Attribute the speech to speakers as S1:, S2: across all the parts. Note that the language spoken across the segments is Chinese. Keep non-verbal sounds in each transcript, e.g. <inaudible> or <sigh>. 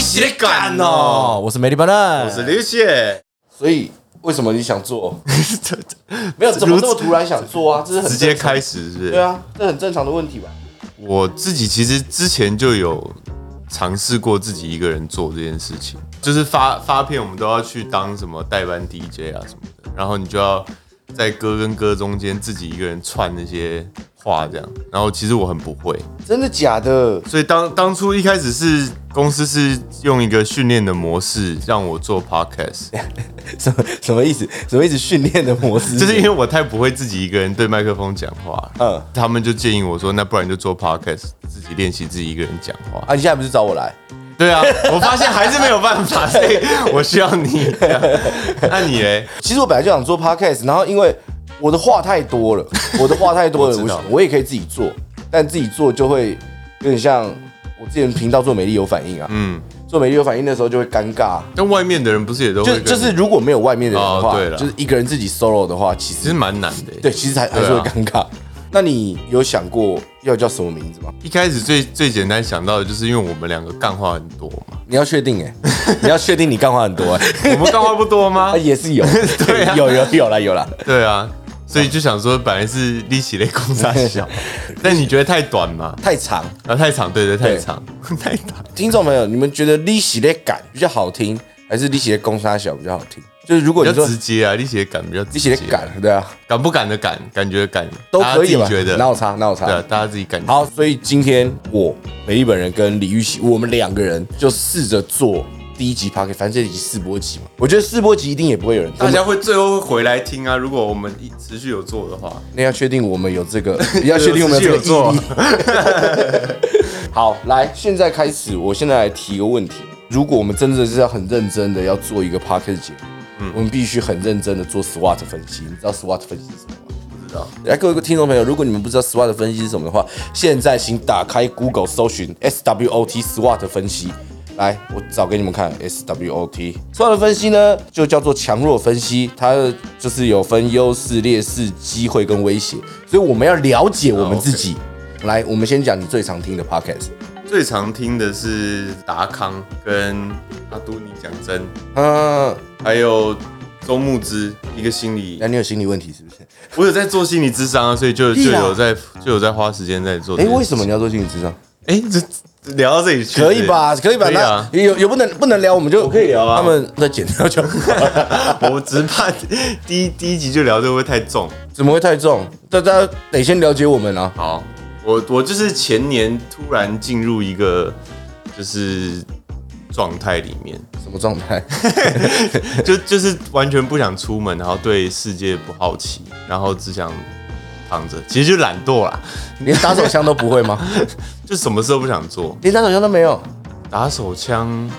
S1: 喜力感哦！我是美丽巴奈，
S2: 我是刘姐。
S3: 所以为什么你想做？ <laughs> 没有，怎么这么突然想做啊？这是很
S2: 直接
S3: 正常
S2: 开始是不是？
S3: 对啊，这很正常的问题吧？
S2: 我自己其实之前就有尝试过自己一个人做这件事情，就是发发片，我们都要去当什么代班 DJ 啊什么的，然后你就要在歌跟歌中间自己一个人串那些话这样，然后其实我很不会，
S3: 真的假的？
S2: 所以当当初一开始是公司是用一个训练的模式让我做 podcast，
S3: <laughs> <laughs> 什么什么意思？什么意思？训练的模式
S2: 就是因为我太不会自己一个人对麦克风讲话，
S3: 嗯
S2: 嗯，他们就建议我说，那不然就做 podcast，自己练习自己一个人讲话。
S3: 啊，你现在不是找我来？
S2: 对啊， <laughs> 我发现还是没有办法，所以我需要你。这样那你嘞？
S3: 其实我本来就想做 podcast，然后因为我的话太多 <laughs> 了，我的话太多了，
S2: 我知道
S3: 我我也可以自己做，但自己做就会有点像我之前频道做美丽有反应啊，
S2: 嗯，
S3: 做美丽有反应的时候就会尴尬，
S2: 但外面的人不是也都会
S3: 就
S2: 跟
S3: 就是如果没有外面的人的
S2: 哦
S3: 话，
S2: 对了
S3: 就是一个人自己 solo 的话，其
S2: 其实
S3: 实
S2: 蛮难的。
S3: <laughs> 对，，其实还还
S2: 啊
S3: 是会尴尬。那你有想过要叫什么名字吗？
S2: 一开始最最简单想到的就是因为我们两个干话很多嘛， <laughs>
S3: 你要确定哎、 <laughs> 你要确定你干话很多哎、
S2: 我们干话不多吗
S3: <laughs> 啊？也是 <laughs> 有，
S2: 对啊
S3: 有有有啦有啦，
S2: 对啊，所以就想说本来是力气类公差
S3: <laughs>
S2: 小，但你觉得太短嘛？
S3: 太长。
S2: 啊，太长，对对，
S3: 对
S2: 太长， <laughs> 太短。
S3: 听众朋友，你们觉得利息的感比较好听，还是利息的公杀小比较好听？就是如果
S2: 比
S3: 你
S2: 较
S3: 说
S2: 直接啊，力气的感比较
S3: 利
S2: 直
S3: 息
S2: 接
S3: 的，感，对啊，
S2: 敢不敢的敢，感觉敢
S3: 都
S2: 大
S3: 可以
S2: 家
S3: 吧？
S2: 自己觉
S3: 哪有
S2: 得，
S3: 差哪有差
S2: 对、啊，大家自己感觉。
S3: 好，所以今天我美丽本人跟李玉玺，我们两个人就试着做第一集 p o c k e t 反正这集四波集嘛，我觉得四波集一定也不会有人。
S2: 大
S3: 我
S2: 家
S3: 们
S2: 会最后会回来听啊。如果我们一持续有做的话，
S3: 那要确定我们有这 <laughs> 个，要确定我们有这个毅力。 <laughs> 好，来，现在开始，我现在来提一个问题：如果我们真的是要很认真的要做一个 p a c k a g e 节目，我们必须很认真的做 SWOT 分析。你知道 SWOT 分析是什么吗？
S2: 不知道
S3: 来，各位听众朋友，如果你们不知道 SWOT 分析是什么的话，现在请打开 Google 搜寻 SWOT SWOT 分析。来，我找给你们看 SWOT SWOT 分析呢，就叫做强弱分析，它就是有分优势、劣势、机会跟威胁，所以我们要了解我们自己。来，我们先讲你最常听的 Podcast。
S2: 最常听的是达康跟阿都尼讲真，
S3: 嗯，
S2: 还有周牧之一个心理
S3: 那，你有心理问题是不是？
S2: 我有在做心理智商啊，所以就
S3: 屁
S2: 就
S3: 啦
S2: 有在就有在花时间在做。
S3: <laughs> 哎、为什么？你要做心理智商？
S2: 哎，这这聊到这里去
S3: 可以吧？
S2: 是
S3: 可以吧？
S2: 可以啊
S3: 那有有不能不能聊，我们就
S2: 我可以聊啊
S3: 他们再剪掉就好。
S2: <laughs> 我只怕第一第一集就聊这个会太重。
S3: 怎么会太重？大家得先了解我们啊。
S2: 好，我我就是前年突然进入一个就是状态里面，
S3: 什么状 <laughs> 态？
S2: <laughs> 就就是完全不想出门，然后对世界不好奇，然后只想躺着，其实就懒惰啦，
S3: 连打手枪都不会吗？
S2: 就什么事都不想做。
S3: 连打手枪都没有，
S2: 打手枪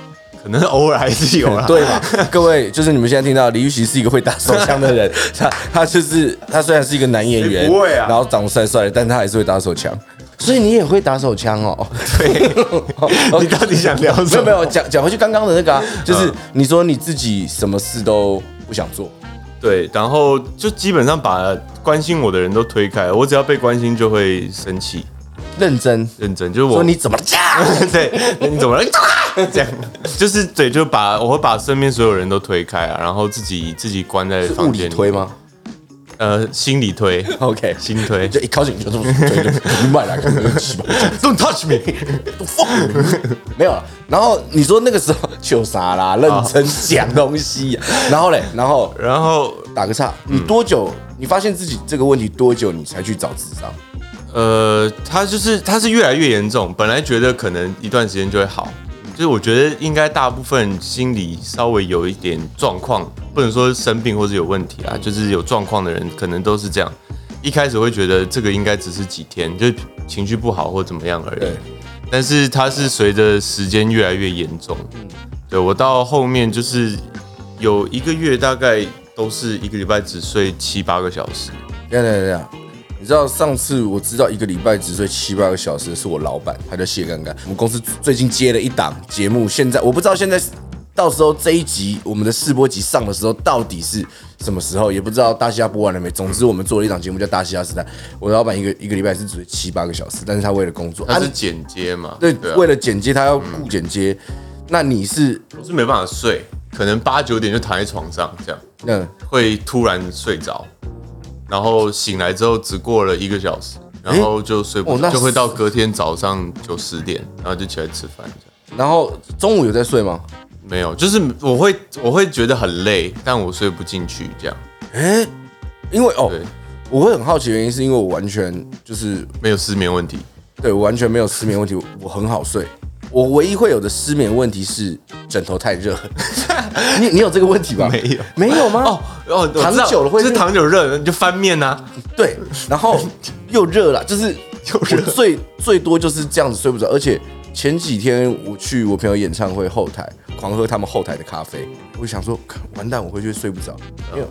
S2: 可能偶尔还是有啦，
S3: 对嘛？各位，就是你们现在听到李玉玺是一个会打手枪的 <laughs> 人，他他就是他虽然是一个男演员，
S2: 谁不会啊
S3: 然后长得帅帅的，但他还是会打手枪。所以你也会打手枪哦？ <laughs>
S2: 对，你到底想聊
S3: 没
S2: 什
S3: 有
S2: 么？
S3: 没有，讲讲回去刚刚的那个啊，就是
S2: 嗯
S3: 你说你自己什么事都不想做，
S2: 对，然后就基本上把关心我的人都推开，我只要被关心就会生气，
S3: 认真
S2: 认真就是我
S3: 说你怎 <laughs> 么这样？
S2: <laughs> 对，那你怎么了？ <laughs> 这样就是对，就把我会把身边所有人都推开啊，然后自己自己关在
S3: 物
S2: 房
S3: 理
S2: 间里，
S3: 推吗
S2: 呃，心里推，
S3: ？OK，
S2: 心推
S3: 就一靠近你就这么推就你慢来，七八
S2: <laughs> ，Don't touch me，
S3: <laughs> 没有了。啊然后你说那个时候就啥啦，认真
S2: 啊
S3: 讲东西呀、然后嘞，然后
S2: 然后
S3: 打个岔，你
S2: 嗯
S3: 多久？你发现自己这个问题多久？你才去找智商？
S2: 呃，他就是他是越来越严重，本来觉得可能一段时间就会好，就是我觉得应该大部分心理稍微有一点状况，不能说生病或是有问题
S3: 嗯
S2: 啊，就是有状况的人可能都是这样，一开始会觉得这个应该只是几天，就是情绪不好或怎么样而已
S3: 对，
S2: 但是它是随着时间越来越严重，
S3: 嗯
S2: 对我到后面就是有一个月大概都是一个礼拜只睡七八个小时。
S3: 对对对，你知道上次我知道一个礼拜只睡七八个小时，是我老板，他叫谢刚刚。我们公司最近接了一档节目，现在我不知道现在到时候这一集我们的试播集上的时候到底是什么时候，也不知道大西亚播完了没。总之我们做了一档节目叫《大西亚时代》，我老板一个一个礼拜是只睡七八个小时，但是他为了工作，
S2: 它
S3: 按
S2: 是剪接嘛？
S3: 啊对，嗯
S2: 啊
S3: 为了剪接，他要顾剪接。那你是
S2: 我是没办法睡，可能八九点就躺在床上，这样
S3: 嗯，
S2: 会突然睡着，然后醒来之后只过了一个小时，然后就睡不
S3: 哦
S2: 着，
S3: 那
S2: 就会
S3: 是
S2: 到隔天早上九十点，然后就起来吃饭这样。
S3: 然后中午有在睡吗？
S2: 没有，就是我会我会觉得很累，但我睡不进去这样。
S3: 哎、因为哦
S2: 对，，
S3: 我会很好奇的原因是因为我完全就是
S2: 没有失眠问题。
S3: 对我完全没有失眠问题，我很好睡。我唯一会有的失眠问题是枕头太热， <laughs> 你你有这个问题吧？
S2: 没有
S3: 没有吗？
S2: 哦哦，我知道
S3: 躺久了会
S2: 就是
S3: 热
S2: 躺久热，你就翻面啊
S3: <laughs>
S2: 呐、
S3: 对，然后又热了，就是
S2: <laughs> 又热
S3: 我最最多就是这样子睡不着，而且前几天我去我朋友演唱会后台狂喝他们后台的咖啡，我想说看完蛋，我回去睡不着，没有，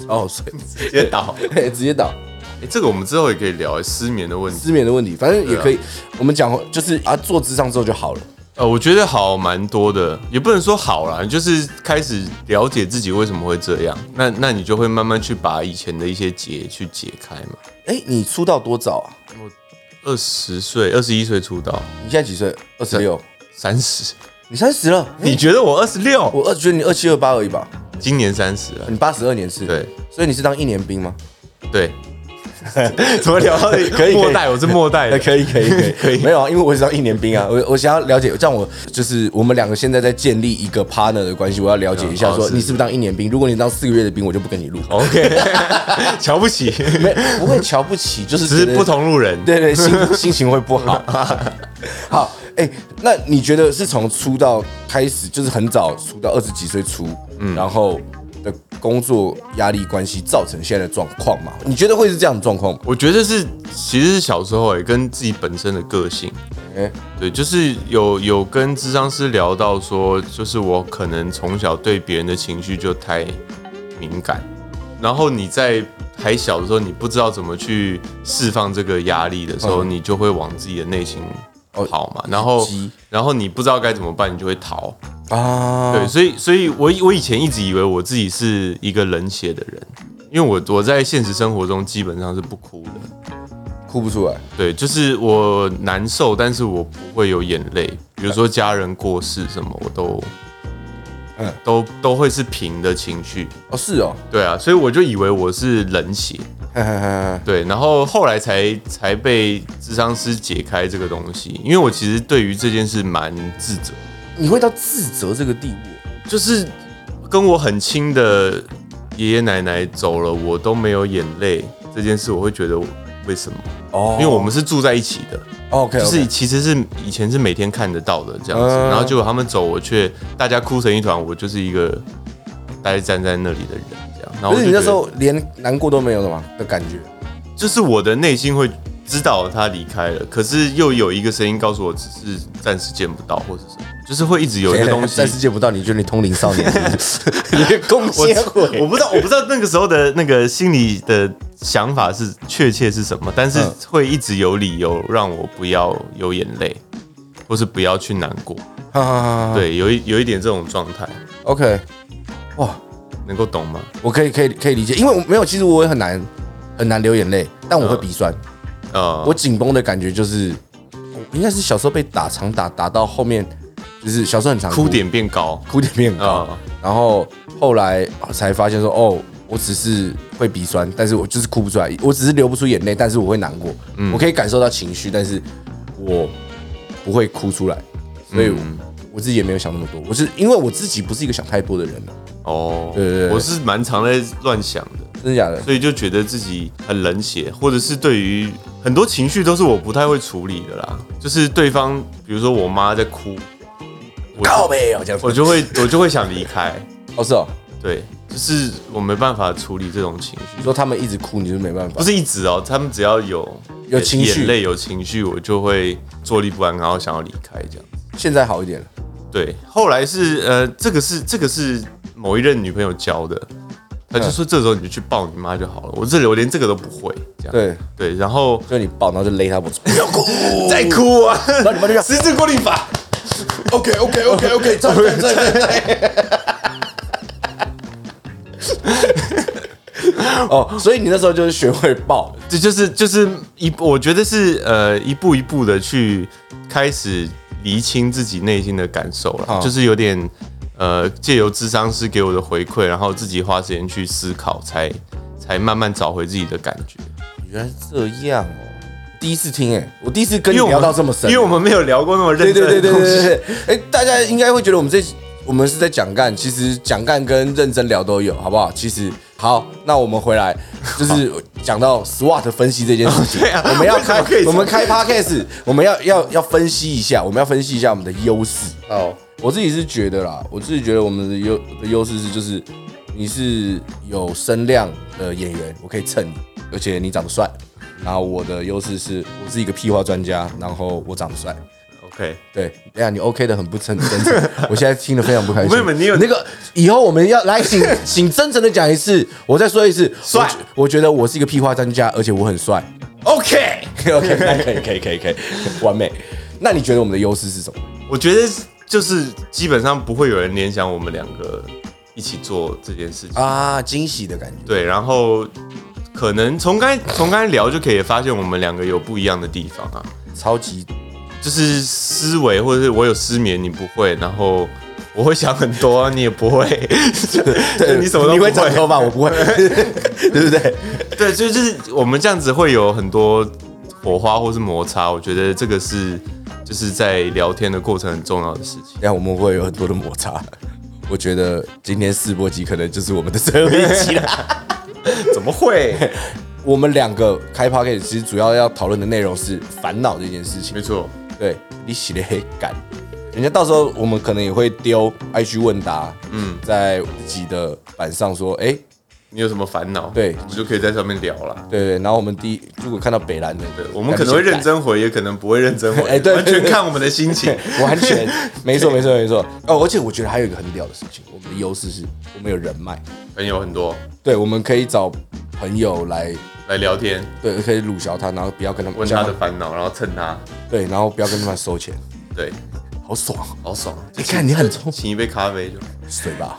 S2: 嗯
S3: 超好睡， <laughs>
S2: 直接倒。
S3: 嘿直接倒。
S2: 哎、这个我们之后也可以聊、诶失眠的问题。
S3: 失眠的问题，反正也
S2: 对啊
S3: 可以，我们讲就是啊，做智商之后就好了。
S2: 呃，我觉得好蛮多的，也不能说好啦，就是开始了解自己为什么会这样。那那你就会慢慢去把以前的一些结去解开嘛。
S3: 哎，你出道多早啊？
S2: 二十岁、二十一岁出道，
S3: 你现在几岁？二十六，
S2: 三十，
S3: 你三十了？
S2: 你觉得我二十六？
S3: 我二觉得你二七二八而已吧？
S2: 今年三十了。
S3: 你八十二年是？
S2: 对，
S3: 所以你是当一年兵吗？
S2: 对， <laughs> 怎么聊到
S3: 可以
S2: 末代？我是末代的，
S3: 可以可以可以
S2: <laughs> 可以
S3: 没有啊，因为我是当一年兵啊，我我想要了解，这样我就是我们两个现在在建立一个 partner 的关系，我要了解一
S2: 嗯
S3: 下
S2: 哦
S3: 说
S2: 是哦
S3: 你是不是当一年兵？如果你当四个月的兵，我就不跟你录，
S2: OK，瞧 <laughs> 不起，
S3: 没不会瞧不起，就是
S2: 只是
S3: 觉得
S2: 不同路人。
S3: 对对， <laughs> 心心情会不好。好，哎、那你觉得是从出道开始，就是很早出道，二十几岁出，然后的工作压力关系造成现在的状况吗？你觉得会是这样的状况吗？
S2: 我觉得是，其实是小时候也、欸跟自己本身的个性，
S3: 哎、
S2: 对，就是有有跟智商师聊到说，就是我可能从小对别人的情绪就太敏感，然后你在还小的时候，你不知道怎么去释放这个压力的时候，
S3: 嗯
S2: 你就会往自己的内心
S3: 哦
S2: 跑嘛，然后
S3: 急
S2: 然后你不知道该怎么办，你就会逃，
S3: 啊，
S2: 对，所以所以我以我以前一直以为我自己是一个冷血的人，因为我我在现实生活中基本上是不哭的，
S3: 哭不出来，
S2: 对，就是我难受，但是我不会有眼泪，比如说家人过世什么，我都。
S3: 嗯
S2: 都都会是平的情绪，
S3: 哦，是哦，
S2: 对啊，所以我就以为我是冷血，
S3: 嘿嘿嘿嘿
S2: 对，然后后来才才被智商师解开这个东西，因为我其实对于这件事蛮自责的
S3: <laughs> 你会到自责这个地步，
S2: 就是跟我很亲的爷爷奶奶走了，我都没有眼泪这件事，我会觉得为什么？
S3: 哦
S2: 因为我们是住在一起的，
S3: OK，
S2: 就
S3: o
S2: 是其实是以前是每天看得到的这样子，
S3: 嗯
S2: 然后结果他们走，我却大家哭成一团，我就是一个呆站在那里的人这样。然后
S3: 可
S2: 我
S3: 是
S2: 就
S3: 你那
S2: 觉得
S3: 时候连难过都没有的嘛的感觉，
S2: 就是我的内心会知道他离开了，可是又有一个声音告诉我，只是暂时见不到或者什么，就是会一直有一个东西
S3: <laughs> 暂时见不到，你觉得你通灵少年是不 <laughs> 是，你的贡
S2: 我
S3: 献
S2: 我
S3: <laughs> 会
S2: 不知道，我不知道那个时候的那个心里的想法是确切是什么，但是
S3: 嗯
S2: 会一直有理由让我不要有眼泪，或是不要去难过。
S3: 啊，
S2: 对，有一有一点这种状态，
S3: ，OK，哇。
S2: 能够懂吗？
S3: 我可以可以可以理解，因为我没有，其实我也很难很难流眼泪，但我会
S2: 嗯
S3: 鼻酸，
S2: 呃，
S3: 我紧绷的感觉就是，我应该是小时候被打常打打到后面，就是小时候很常
S2: 哭点变高。
S3: 哭点变高，
S2: 啊
S3: 然后后来才发现说哦。我只是会鼻酸，但是我就是哭不出来，我只是流不出眼泪，但是我会难过，
S2: 嗯
S3: 我可以感受到情绪，但是我不会哭出来，所以我,、
S2: 嗯
S3: 自己也没有想那么多，我是因为我自己不是一个想太多的人啊
S2: 哦，
S3: 对对对
S2: 我是蛮常在乱想的，
S3: 真的假的？
S2: 所以就觉得自己很冷血，或者是对于很多情绪都是我不太会处理的啦。就是对方，比如说我妈在哭，我
S3: 告
S2: 就
S3: 白哦，这样子
S2: 我就
S3: <laughs>
S2: 会我就会想离开。
S3: 哦是哦，
S2: 对，就是我没办法处理这种情
S3: 你
S2: 绪，
S3: 说他们一直哭，你就没办法
S2: 不。是一直哦，他们只要有
S3: 有情绪
S2: 眼泪有情绪，我就会坐立不安，然后想要离开这样。
S3: 现在好一点了。
S2: 对，后来是呃，这个是这个是某一任女朋友教的，她就说这时候你就去抱你妈就好了。我这里我连这个都不会，这样
S3: 对，
S2: 对，然后
S3: 就你抱，然后就勒他脖子， <laughs> 不要哭，
S2: 再哭 <laughs> 啊，
S3: 然后你妈就这样
S2: 十字过滤法。
S3: OK OK OK <laughs> OK，站站站站站。 <laughs> 哦，所以你那时候就是学会抱，
S2: 这就是就是一，我觉得是呃一步一步的去开始厘清自己内心的感受了，
S3: 好
S2: 就是有点呃，借由智商师给我的回馈，然后自己花时间去思考，才才慢慢找回自己的感觉。
S3: 原来是这样哦，第一次听哎、我第一次跟
S2: 因
S3: 你
S2: 为我
S3: 聊
S2: 们
S3: 到这么深，
S2: 因为我们没有聊过那么认
S3: 对
S2: 真
S3: 对对
S2: 的
S3: 对
S2: 东
S3: 对
S2: 西。
S3: 对对，哎、大家应该会觉得我们这我们是在讲干，其实讲干跟认真聊都有，好不好？其实好，那我们回来就是讲到 SWOT 分析这件事情，
S2: 对啊
S3: 我们要
S2: 为什么
S3: 开
S2: 可以
S3: 我们开 podcast，我们要要要分析一下，我们要分析一下我们的优势。
S2: 哦，
S3: 我自己是觉得啦，我自己觉得我们的优的优势是就是你是有声量的演员，我可以蹭你，而且你长得帅。然后我的优势是我是一个屁话专家，然后我长得帅。
S2: OK，
S3: 对，哎呀，你 OK 的很不真真诚，我现在听得非常不开心。
S2: 我妹妹你有
S3: 那个，以后我们要来请请真诚的讲一次，我再说一次，
S2: 帅
S3: 我觉我觉得我是一个屁话专家，而且我很帅。
S2: OK，
S3: OK，那可以可以可以可以，完美。那你觉得我们的优势是什么？
S2: 我觉得就是基本上不会有人联想我们两个一起做这件事情。
S3: 啊，惊喜的感觉。
S2: 对，然后可能从刚才从刚才聊就可以发现我们两个有不一样的地方啊，
S3: 超级
S2: 就是思维或者是我有失眠你不会，然后我会想很多、你也
S3: <laughs>
S2: 不会，就就你什么都
S3: 你
S2: 不
S3: 会长头
S2: 会，
S3: 发，我
S2: <laughs>
S3: 不会，对不对？
S2: 对，所以就是我们这样子会有很多火花或是摩擦，我觉得这个是就是在聊天的过程很重要的事情。
S3: 然后我们会有很多的摩擦。 <laughs> 我觉得今天试播集可能就是我们的最后一集了。
S2: <laughs> 怎么会？
S3: <laughs> 我们两个开 p o c a s t 其实主要要讨论的内容是烦恼这件事情
S2: 没。错，
S3: 对，你洗的黑感，人家到时候我们可能也会丢 IG 问答，嗯，在自己的板上说，哎、
S2: 你有什么烦恼？
S3: 对
S2: 我们就可以在上面聊了。
S3: 对对，然后我们第一如果看到北兰的，
S2: 对，我们可能会认真回，也可能不会认真回，
S3: 哎对
S2: 完全看我们的心
S3: <laughs>
S2: 情。
S3: 完全没错没错没错。哦，而且我觉得还有一个很屌的事情，我们的优势是我们有人脉，
S2: 朋友很多
S3: 对，我们可以找朋友来，
S2: 来聊天，
S3: 对，可以鲁小他，然后不要跟他们
S2: 问他的，烦恼，然后蹭他，
S3: 对，然后不要跟他们收钱，
S2: 对，
S3: 好爽哦。
S2: 好爽。
S3: 你看你很聪
S2: 请一杯咖啡就
S3: 水
S2: <laughs>
S3: 吧，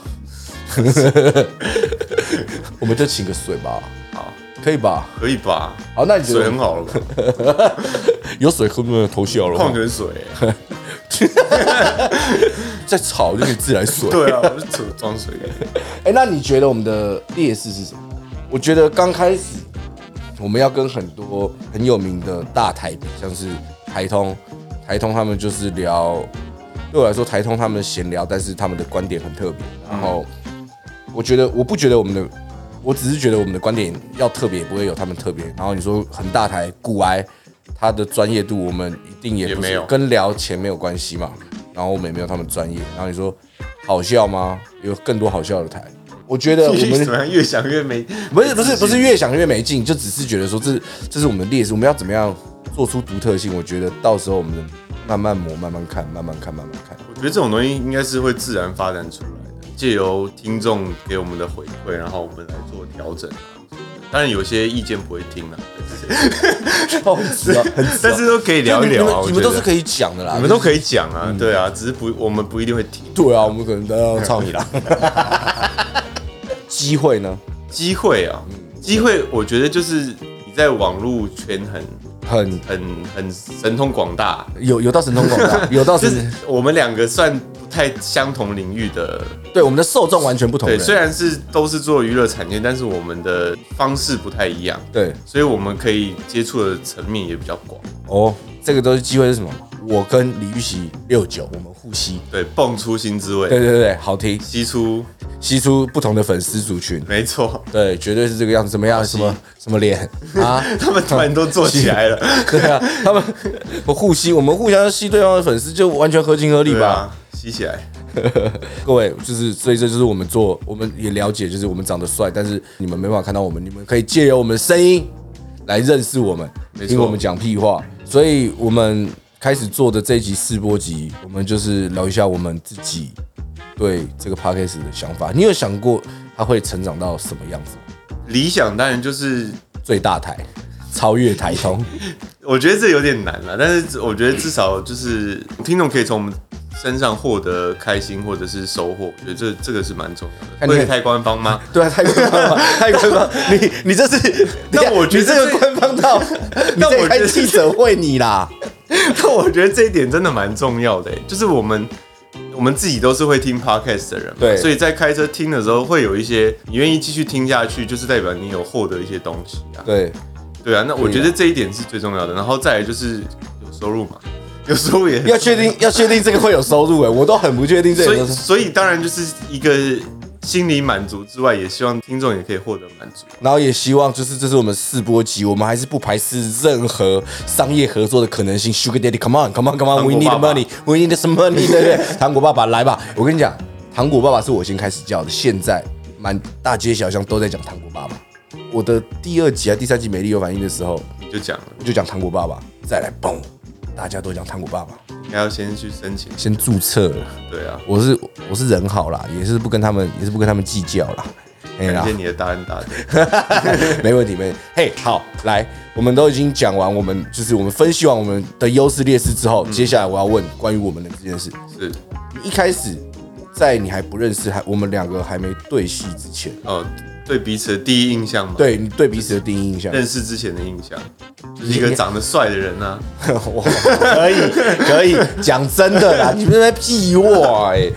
S3: 我们就请个水吧，
S2: 好，
S3: 可以吧？
S2: 可以吧？
S3: 好，那你觉得
S2: 水很好了吧？
S3: <laughs> 有水喝不能头笑了
S2: 矿泉
S3: <laughs>
S2: 水、
S3: 再吵就可以自来
S2: <laughs>
S3: 水。
S2: 对啊，我是装装水的。
S3: 哎、那你觉得我们的劣势是什么？我觉得刚开始我们要跟很多很有名的大台比，像是台通，台通他们就是聊，对我来说台通他们闲聊，但是他们的观点很特别。
S2: 嗯
S3: 然后我觉得我不觉得我们的，我只是觉得我们的观点要特别，也不会有他们特别。然后你说很大台古癌，他的专业度我们一定也
S2: 也
S3: 不是
S2: 没有
S3: 跟聊钱没有关系嘛。然后我们也没有他们专业。然后你说好笑吗？有更多好笑的台。我
S2: <laughs>
S3: 觉得我
S2: 越
S3: 们
S2: 怎么样越想越没，
S3: 不是不是不是越想越没劲，就只是觉得说这这是我们的劣势，我们要怎么样做出独特性？我觉得到时候我们慢慢磨，慢慢看，慢慢看，慢慢
S2: <laughs>
S3: 看。
S2: 我觉得这种东西应该是会自然发展出来的，借由听众给我们的回馈，然后我们来做调整啊。当然有些意见不会听啊了、
S3: 哦，很直啊，很直啊 <laughs>
S2: 但是都可以聊一聊啊。
S3: 你们你们都是
S2: 以，
S3: 可以嗯讲的啦，
S2: 你们都可以讲啊，对啊，只是不我们不一定会听。
S3: 对啊，我们可能都要
S2: <laughs>
S3: 操你啦。机会呢，
S2: 机会啊，
S3: 嗯
S2: 机会，我觉得就是你在网络圈很
S3: 很
S2: 很很神通广大，
S3: 有有到神通广大，有到
S2: <laughs> 就是是我们两个算不太相同领域的，
S3: 对我们的受众完全不同
S2: 对，
S3: 人。
S2: 虽然是都是做娱乐产业，但是我们的方式不太一样，
S3: 对
S2: 所以我们可以接触的层面也比较广。
S3: 哦，这个都是机会是什么？我跟李玉玺六九，我们互吸。
S2: 对，蹦出新滋
S3: 对
S2: 味，
S3: 对对，好听，
S2: 吸出，
S3: 吸出不同的粉丝族群。
S2: 没错， <laughs>
S3: 对，绝对是这个样子。怎么样？什么什么脸啊？
S2: 他们突然都做起
S3: <laughs>
S2: 来了，
S3: 对啊，他们我互吸，我们互相吸对方的粉丝，就完全合情合理
S2: 对
S3: 吧？
S2: 吧？吸起来，
S3: 各位，就是所以这就是我们做，我们也了解，就是我们长得帅，但是你们没办法看到我们，你们可以借由我们的声音来认识我们，
S2: 错
S3: 听我们讲屁话。所以我们开始做的这一集试播集，我们就是聊一下我们自己对这个 podcast 的想法。你有想过它会成长到什么样子吗？
S2: 理想当然就是
S3: 最大台，超越
S2: <laughs>
S3: 台通，
S2: 我觉得这有点难了，但是我觉得至少就是听众可以从我们身上获得开心或者是收获，我觉得这这个是蛮重要的。
S3: 看
S2: 不
S3: 你
S2: 会太官方吗？
S3: 对啊，太官方了，太官方。你你这是，
S2: 但我觉得
S3: 你这个
S2: 是
S3: 官方到，你
S2: <laughs> 但
S3: 这
S2: 我
S3: 开
S2: 觉得
S3: 记者会你啦。
S2: <laughs> 但我觉得这一点真的蛮重要的、就是我们我们自己都是会听 podcast 的人嘛，
S3: 对
S2: 所以在开车听的时候会有一些你愿意继续听下去，就是代表你有获得一些东西啊。
S3: 对，
S2: 对啊，那我觉得这一点是最重要的，然后再来就是有收入嘛，有收入也很
S3: <laughs> 要确定要确定这个会有收入哎，我都很不确定这
S2: 所
S3: 个
S2: 以
S3: 东西。
S2: 所以当然就是一个心理满足之外，也希望听众也可以获得满足。
S3: 然后也希望就是这是我们试播集，我们还是不排斥任何商业合作的可能性。Sugar Daddy，Come on，Come on，Come
S2: 糖
S3: on，We
S2: 果
S3: need
S2: 爸
S3: the
S2: 爸
S3: money，We need some money，对不对？糖果爸爸来吧，我跟你讲，糖果爸爸是我先开始叫的，现在满大街小巷都在讲糖果爸爸。我的第二集啊、第三集《美丽有反应》的时候，
S2: 你就讲了，
S3: 我就讲糖果爸爸，再来嘣，大家都讲糖果爸爸，
S2: 应该要先去申请。
S3: 先注册了。
S2: 对啊，
S3: 我是我是人好啦，也是不跟他们也是不跟他们计较啦。哎呀
S2: 感谢，你的答案答对。
S3: <laughs> 没问题，没问题。嘿，好，来，我们都已经讲完，我们就是我们分析完我们的优势劣势之后，接下来我要问关于我们的这件事。
S2: 是，
S3: 一开始在你还不认识，还我们两个还没对戏之前，
S2: 哦，对彼此的第一印象嘛，，
S3: 对你对彼此的第一印象， <laughs>
S2: 认识之前的印象，就是一个长得帅的人啊。
S3: 哇，可以可以，讲真的啦，你们在屁我哎、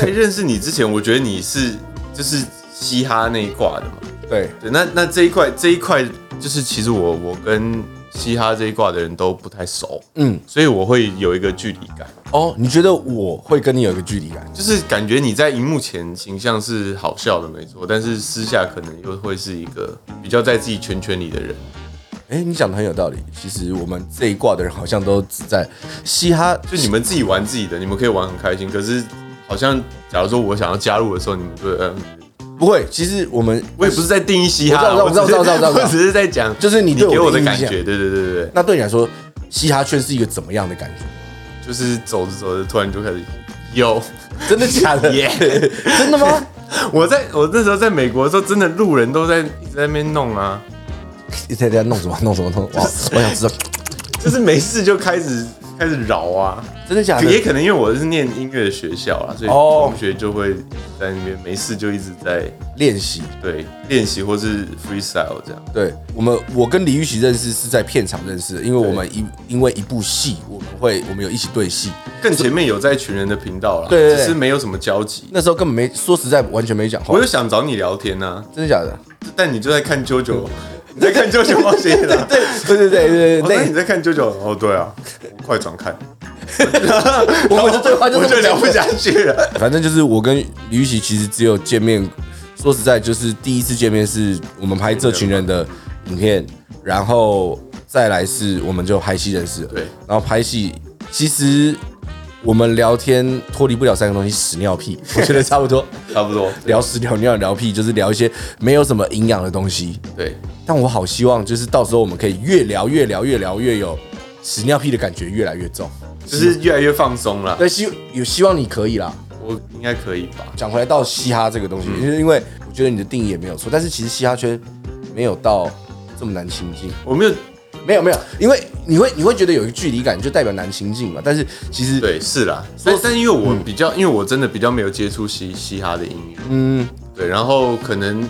S2: 在认识你之前，我觉得你是就是嘻哈那一挂的嘛。
S3: 对，
S2: 对，那那这一块这一块就是其实我我跟嘻哈这一挂的人都不太熟，
S3: 嗯，
S2: 所以我会有一个距离感，
S3: 哦，你觉得我会跟你有一个距离感？
S2: 就是感觉你在荧幕前形象是好笑的没错，但是私下可能又会是一个比较在自己圈圈里的人。
S3: 哎、你讲的很有道理。其实我们这一挂的人好像都只在嘻哈，
S2: 就你们自己玩自己的，你们可以玩很开心，可是好像假如说我想要加入的时候，你们就嗯。
S3: 不会。其实我们
S2: 我也不是在定义嘻哈啦，
S3: 我知道我知道我知道我知道我知道
S2: 我只是在讲，
S3: 就是你
S2: 你
S3: 对我的
S2: 给我的
S3: 印
S2: 感
S3: 象
S2: 觉，对对对对对，
S3: 那对你来说，嘻哈圈是一个怎么样的感觉？ <laughs>
S2: 就是走着走着突然就开始有，
S3: 真的假 <laughs> 的
S2: 耶
S3: 真的吗？ <laughs>
S2: 我在我那时候在美国的时候，真的路人都在一直在那边弄啊，
S3: 一在在弄什么弄什么弄？ <laughs> 哇，我想知道，
S2: 就是没事就开始开始饶啊，
S3: 真的假
S2: 可也
S3: 的？
S2: 可能因为我是念音乐学校啊，所以
S3: 哦
S2: 同学就会在那边没事就一直在
S3: 练习。
S2: 对练习或是 freestyle 这样。
S3: 对我们，我跟李玉玺认识是在片场认识的，因为我们一因为一部戏，我们会我们有一起对戏，
S2: 更前面有在群人的频道啦，
S3: 对对对
S2: 只是没有什么交集。
S3: 那时候根本没说实在完全没讲话
S2: 我，又想找你聊天呐、
S3: 真的假的？ <laughs>
S2: 但你就在看啾啾， <laughs> 你在看啾啾冒险啦。对，
S3: 嗯 <laughs> 对对对对
S2: 哦，那你
S3: 对，
S2: 在看啾啾？哦，对啊，我快转看，
S3: 那我们的对话就
S2: 我
S3: 这
S2: 就聊
S3: 么简
S2: 不
S3: 单
S2: 下去
S3: <laughs>
S2: 了。
S3: 反正就是我跟李玉玺其实只有见面，说实在就是第一次见面是我们拍这群人的影片，然后再来是我们就拍戏认识了。
S2: 对，
S3: 然后拍戏其实我们聊天脱离不了三个东西：屎尿屁，我觉得差不多。
S2: 差不多，
S3: 聊屎聊尿聊屁，就是聊一些没有什么营养的东西。
S2: 对，
S3: 但我好希望就是到时候我们可以越聊越聊越聊越有屎尿屁的感觉越来越重。嗯
S2: 就是越来越放松了。
S3: 但希有希望你可以啦。
S2: 我应该可以吧？
S3: 讲回来到嘻哈这个东西，就是
S2: 嗯
S3: 因为我觉得你的定义也没有错，但是其实嘻哈圈没有到这么难亲近，
S2: 我没有
S3: 没有没有，因为你会你会觉得有一个距离感，就代表难亲近嘛。但是其实
S2: 对，是啦。但但因为我
S3: 嗯
S2: 比较，因为我真的比较没有接触嘻嘻哈的音乐，嗯，对。然后可能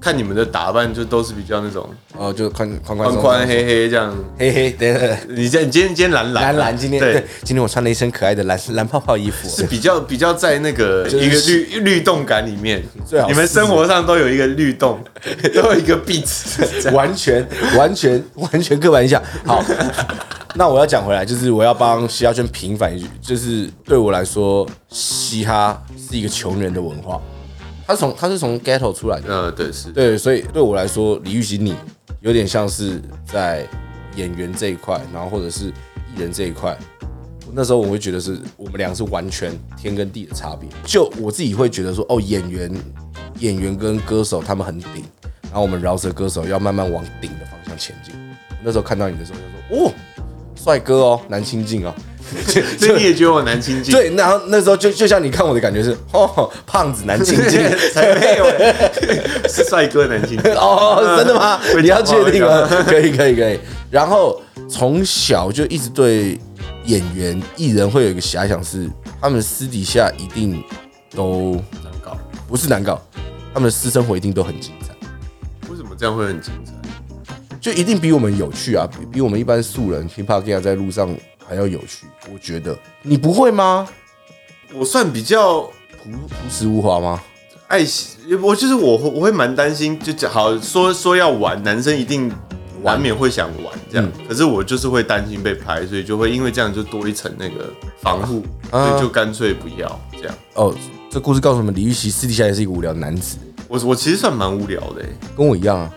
S2: 看你们的打扮，就都是比较那种
S3: 哦，就宽宽宽
S2: 宽
S3: 松
S2: 宽
S3: 松
S2: 黑黑这样。
S3: 黑黑的
S2: 你今你今天今天蓝蓝啊
S3: 蓝蓝，今天对
S2: 对。
S3: 今天我穿了一身可爱的蓝蓝泡泡衣服，
S2: 是比较比较在那个
S3: 是
S2: 一个律律动感里面
S3: 最好，是
S2: 你们生活上都有一个律
S3: <laughs>
S2: 动，都有一个 beat，
S3: 完全完全完全刻板印象。好， <laughs> 那我要讲回来，就是我要帮嘻哈圈平反一句，就是对我来说，嘻哈是一个穷人的文化，它是从它是从 ghetto 出来的。
S2: 呃，对，是，
S3: 对，所以对我来说，李玉玺你有点像是在演员这一块，然后或者是艺人这一块。那时候我会觉得是我们俩是完全天跟地的差别。就我自己会觉得说，哦，演员、演员跟歌手他们很顶，然后我们饶舌歌手要慢慢往顶的方向前进。那时候看到你的时候，就说，哦，帅哥哦，难亲近哦。
S2: 所以你也觉得我难亲近，
S3: 对，然后那时候就就像你看我的感觉是，哦，胖子难亲近。
S2: 才没有， <laughs> 是帅哥难亲
S3: <laughs>
S2: 近。
S3: 哦，真的 <laughs> 吗？
S2: 会
S3: 你
S2: 讲
S3: 要
S2: 话
S3: 确定吗
S2: 会？
S3: 可以，可以，可以。然后从小就一直对演员、艺人会有一个遐想是，他们私底下一定都
S2: 难搞，
S3: 不是难搞，他们的私生活一定都很精彩，
S2: 为什么这样会很精彩？
S3: 就一定比我们有趣啊，比比我们一般素人 hip hop 在路上还要有趣。我觉得你不会吗？
S2: 我算比较
S3: 朴实无华吗？
S2: 爱惜，我就是我会我会蛮担心，就讲好说说要玩，男生一定难免会想玩这样，可是我就是会担心被拍，所以就会因为这样就多一层那个防护，所以就干脆不要这样。
S3: 哦，这故事告诉我们，李玉玺私底下也是一个无聊男子，
S2: 我我其实算蛮无聊的欸，
S3: 跟我一样啊。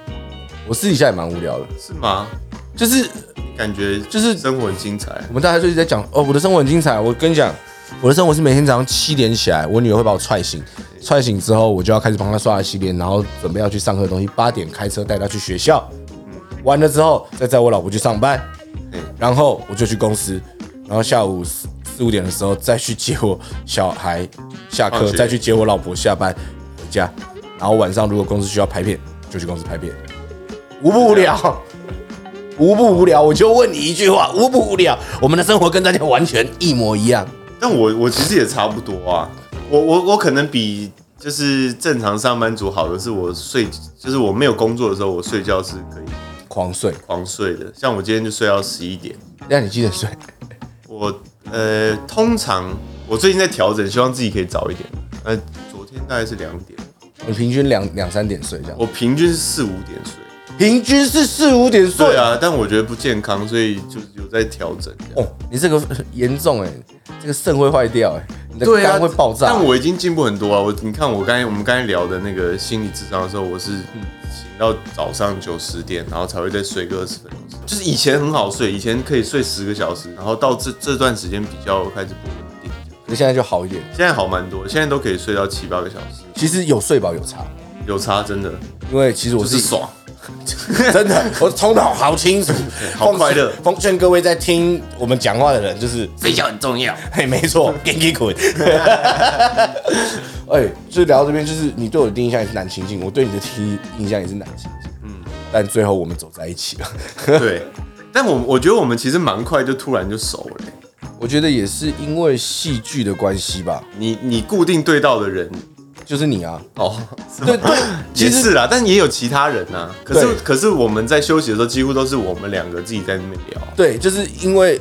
S3: 我私底下也蛮无聊的，
S2: 是吗？
S3: 就是
S2: 感觉就是生活很精彩
S3: 我们大家就一直在讲哦，我的生活很精彩。我跟你讲，我的生活是每天早上七点起来，我女儿会把我踹醒，踹醒之后我就要开始帮她刷牙洗脸，然后准备要去上课的东西。八点开车带她去学校，完了之后再载我老婆去上班
S2: 嗯，
S3: 然后我就去公司，然后下午四四五点的时候再去接我小孩下课，
S2: 放学
S3: 再去接我老婆下班回家，然后晚上如果公司需要拍片，就去公司拍片，无不无聊？无不无聊？我就问你一句话，无不无聊？我们的生活跟大家完全一模一样。
S2: 但我我其实也差不多啊，我我我可能比就是正常上班族好的是，我睡就是我没有工作的时候，我睡觉是可以
S3: 狂睡，
S2: 狂睡的。像我今天就睡到十一点，
S3: 让你记得睡。
S2: 我呃通常我最近在调整，希望自己可以早一点。呃，昨天大概是两点，
S3: 你平均两两三点睡这样，
S2: 我平均是四五点睡。
S3: 平均是四五点睡
S2: 对。啊，但我觉得不健康，所以就有在调整。
S3: 哦，你这个 <laughs> 呃严重哎、这个肾会坏掉哎、你的
S2: 对啊，
S3: 肝会爆炸。
S2: 但我已经进步很多了。啊我你看，我刚才我们刚才聊的那个心理智商的时候，我是
S3: 嗯
S2: 醒到早上九十点，然后才会再睡个二十分钟。就是以前很好睡，以前可以睡十个小时，然后到这这段时间比较开始不稳定。
S3: 可是现在就好一点。
S2: 现在好蛮多，现在都可以睡到七八个小时，
S3: 其实有睡饱有差，
S2: 有差真的
S3: 因为其实我
S2: 就是是爽。
S3: <laughs> 真的，我头脑好清楚，
S2: <laughs> 好快乐
S3: 奉劝各位在听我们讲话的人，就是睡觉很重要。嘿，没错，给你滚。 <laughs> 哎、就聊到这边，就是你对我的第一印象也是男情境，我对你的第一印象也是男情境。嗯，但最后我们走在一起了。
S2: <laughs>
S3: <laughs>
S2: 对，但我我觉得我们其实蛮快就突然就熟了欸、
S3: 我觉得也是因为戏剧的关系吧，
S2: 你你固定对到的人
S3: 就是你啊，
S2: 哦，
S3: 对对，其
S2: 也
S3: 实
S2: 是啦，但也有其他人呐、啊。可
S3: 对
S2: 是可是我们在休息的时候，几乎都是我们两个自己在那边聊。
S3: 对，就是因为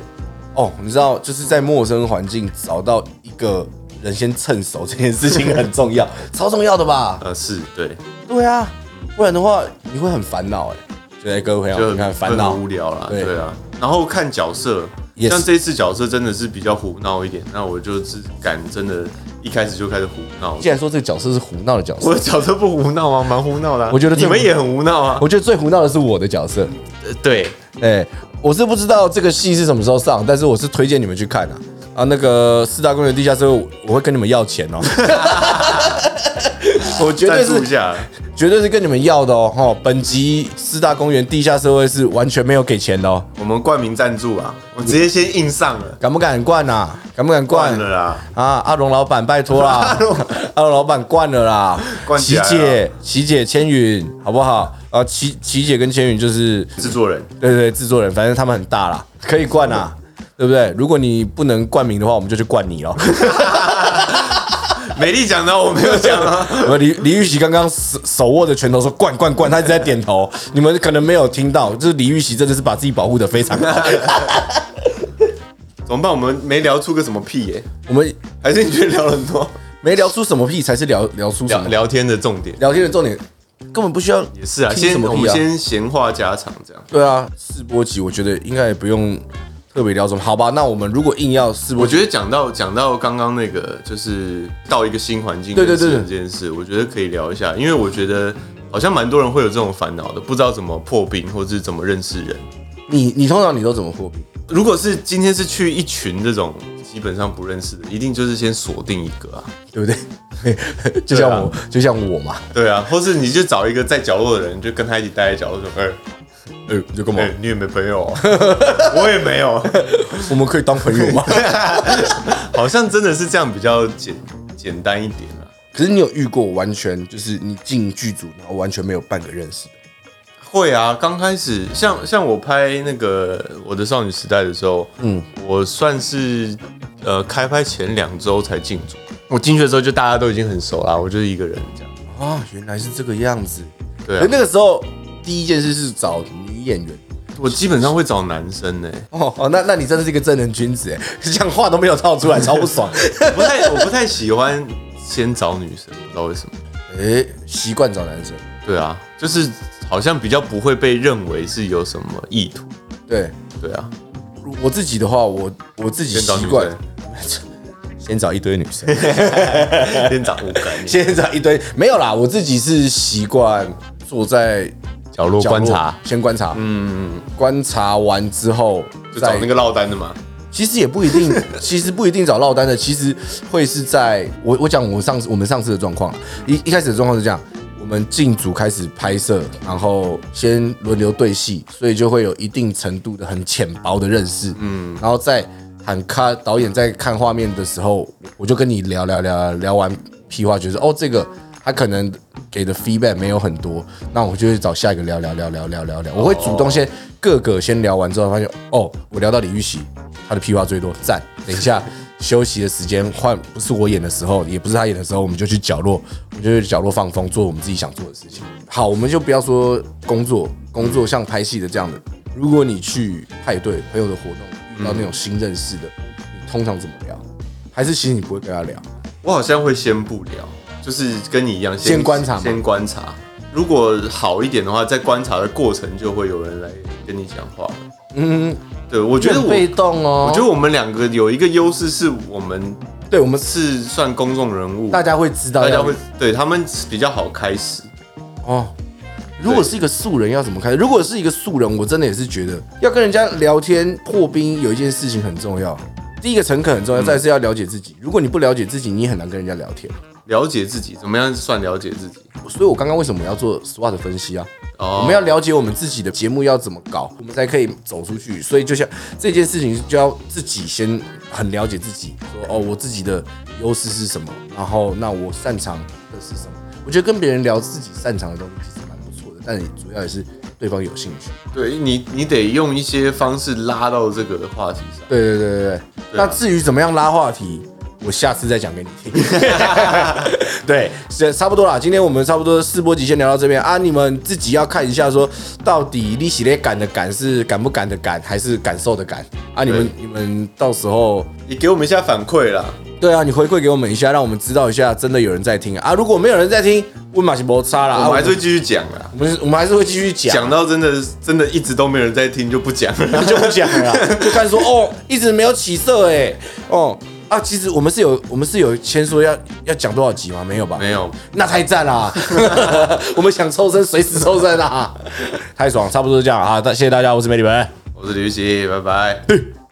S3: 哦，你知道，就是在陌生环境找到一个人先趁手这件事情很重要， <laughs> 超重要的吧？
S2: 呃，是对，
S3: 对啊，不然的话你会很烦恼哎。就在各位朋
S2: 就
S3: 友，你看
S2: 很
S3: 烦
S2: 很
S3: 恼
S2: 无聊啦。
S3: 对
S2: 对啊，然后看角色
S3: Yes
S2: 像这次角色真的是比较胡闹一点，那我就是敢真的，一开始就开始胡闹
S3: 既。然说这个角色是胡闹的角
S2: 我
S3: 色
S2: 的，角色不胡闹啊，蛮胡闹的啊、
S3: 我觉得
S2: 你
S3: 这
S2: 们也很无闹啊。
S3: <laughs> 我觉得最胡闹的是我的角色。
S2: 呃对，
S3: 哎，我是不知道这个戏是什么时候上，但是我是推荐你们去看啊。啊，那个四大公园地下室，我会跟你们要钱哦。 <laughs> 我绝对
S2: 赞助一
S3: 是
S2: 下，
S3: 绝对是跟你们要的哦。哈，本集四大公园地下社会是完全没有给钱的哦，
S2: 我们冠名赞助啊，我直接先硬上了，
S3: 敢不敢灌啊？敢不敢灌
S2: 灌了啦。
S3: 啊？阿龙老板，拜托啦！阿龙老板灌了啦！
S2: 灌起
S3: 琪
S2: 来啊
S3: 姐，琪姐，千云，好不好？啊，琪琪姐跟千云就是
S2: 制作人，
S3: 对对，制作人，反正他们很大啦，可以冠啊，对不对？如果你不能冠名的话，我们就去冠你咯。 <laughs>
S2: 美丽讲的，我没有讲啊。 <laughs>
S3: 呃，李李玉玺刚刚手手握着拳头说冠冠冠，他一直在点头， <laughs> 你们可能没有听到，就是李玉玺真的是把自己保护的非常好。 <laughs>
S2: 怎么办？我们没聊出个什么屁耶、
S3: 我们
S2: 还是你觉得聊了很多？
S3: 没聊出什么屁，才是聊聊出什
S2: 聊
S3: 么
S2: 聊天的重点
S3: 聊天的重点，根本不需要
S2: 也是啊，
S3: 听
S2: 先
S3: 什么
S2: 我
S3: 屁
S2: 们
S3: 啊。
S2: 先闲话家常这样。
S3: 对啊，试播集我觉得应该也不用特别聊什么，好吧？那我们如果硬要试播
S2: 我
S3: 集，
S2: 觉得讲到讲到刚刚那个，就是到一个新环境
S3: 对对
S2: 认识
S3: 对
S2: 人这件事，我觉得可以聊一下，因为我觉得好像蛮多人会有这种烦恼的，不知道怎么破冰或是怎么认识人。
S3: 你你通常你都怎么破冰？
S2: 如果是今天是去一群这种基本上不认识的，一定就是先锁定一个啊，
S3: 对不对？ <laughs> 就像我，就像我嘛。
S2: 对啊，或是你就找一个在角落的人，就跟他一起待在角落说，哎、
S3: 呃，你就干嘛
S2: 哎、你也没朋友、哦， <laughs> 我也没有。
S3: 我们可以当朋友吗？
S2: 好像真的是这样比较简简单一点啊。
S3: <laughs> 可是你有遇过完全就是你进剧组，然后完全没有半个认识的？
S2: 会啊，刚开始像像我拍那个我的少女时代的时候，嗯，我算是呃开拍前两周才进组。我进去的时候就大家都已经很熟啦，我就是一个人这样。
S3: 啊，原来是这个样子。
S2: 对啊
S3: 可那个时候第一件事是找女演员，
S2: 我基本上会找男生呢、
S3: 哦哦，那那你真的是一个正人君子哎， <laughs> 讲话都没有套出来，超不 <laughs> 爽。
S2: 我不太我不太喜欢先找女生，不知道为什么。
S3: 哎，习惯找男生，
S2: 对啊，就是好像比较不会被认为是有什么意图。
S3: 对
S2: 对
S3: <laughs>
S2: 啊，
S3: 我自己的话，我我自己
S2: 先找
S3: 习
S2: 女
S3: 惯
S2: 生，
S3: 先找一堆女生，
S2: 先找五感，
S3: <laughs> 先找一堆没有啦，我自己是习惯坐在
S2: 角落
S3: 角
S2: 观
S3: 落
S2: 察，
S3: 先观察，嗯，观察完之后
S2: 就
S3: 再
S2: 找那个落单的嘛。
S3: 其实也不一 <laughs> 定，其实不一定找落单的，其实会是在我我讲我上次我们上次的状况，啊一一开始的状况是这样，我们进组开始拍摄，然后先轮流对戏，所以就会有一定程度的很浅薄的认识，嗯，然后在喊咔导演在看画面的时候，我就跟你聊聊聊聊完屁话，觉得哦这个。他可能给的 feedback 没有很多，那我就会找下一个聊聊聊聊聊聊聊。我会主动先各个先聊完之后，发现哦，我聊到李玉玺，他的屁话最多，赞。等一下休息的时间换不是我演的时候，也不是他演的时候，我们就去角落，我们就去角落放风，做我们自己想做的事情。好，我们就不要说工作，工作像拍戏的这样的。如果你去派对、朋友的活动，遇到那种
S2: 嗯
S3: 新认识的，你通常怎么聊？还是其实你不会跟他聊？
S2: 我好像会先不聊，就是跟你一样
S3: 先观察吗
S2: 先观察。如果好一点的话，在观察的过程就会有人来跟你讲话。
S3: 嗯，
S2: 对，我觉得
S3: 很
S2: 我，
S3: 被动哦。
S2: 我觉得我们两个有一个优势是我们
S3: 对我们
S2: 是算公众人物，
S3: 大家会知道要，
S2: 大家会对他们比较好开始。
S3: 哦。如果是一个素人，要怎么开？如果是一个素人，我真的也是觉得要跟人家聊天破冰，有一件事情很重要。第一个诚恳很重要，
S2: 嗯
S3: 再来是要了解自己。如果你不了解自己，你也很难跟人家聊天。
S2: 了解自己，怎么样算了解自己？
S3: 所以我刚刚为什么要做 SWOT 分析啊？
S2: 哦
S3: 我们要了解我们自己的节目要怎么搞，我们才可以走出去。所以就像这件事情，就要自己先很了解自己，说哦，我自己的优势是什么，然后那我擅长的是什么。我觉得跟别人聊自己擅长的东西其实蛮不错的，但主要也是对方有兴趣。
S2: 对你，你得用一些方式拉到这个话题上。
S3: 对对对对
S2: 啊
S3: 对。那至于怎么样拉话题，我下次再讲给你听。 <laughs> 对，是差不多啦。今天我们差不多试播集先聊到这边啊，你们自己要看一下，说到底利息列感的感是感不感的感，还是感受的感啊？你们你们到时候。
S2: 你给我们一下反馈啦，
S3: 对啊，你回馈给我们一下，让我们知道一下，真的有人在听啊！啊如果没有人在听，问马西摩擦啦，
S2: 我
S3: 啊
S2: 们还是会继续讲啦。
S3: 我们我们还是会继续讲，
S2: 讲到真的真的一直都没有人在听，就不讲了。
S3: <laughs> 就不讲了啦，就看说哦，一直没有起色哎，哦啊，其实我们是有我们是有先说要要讲多少集吗？没有吧？
S2: 没有，
S3: 那太赞 <laughs> 啦！我们想抽身随时抽 <laughs> 身啊，太爽，差不多就这样啊！大谢谢大家，我是美女们。
S2: 我是刘琦，拜拜。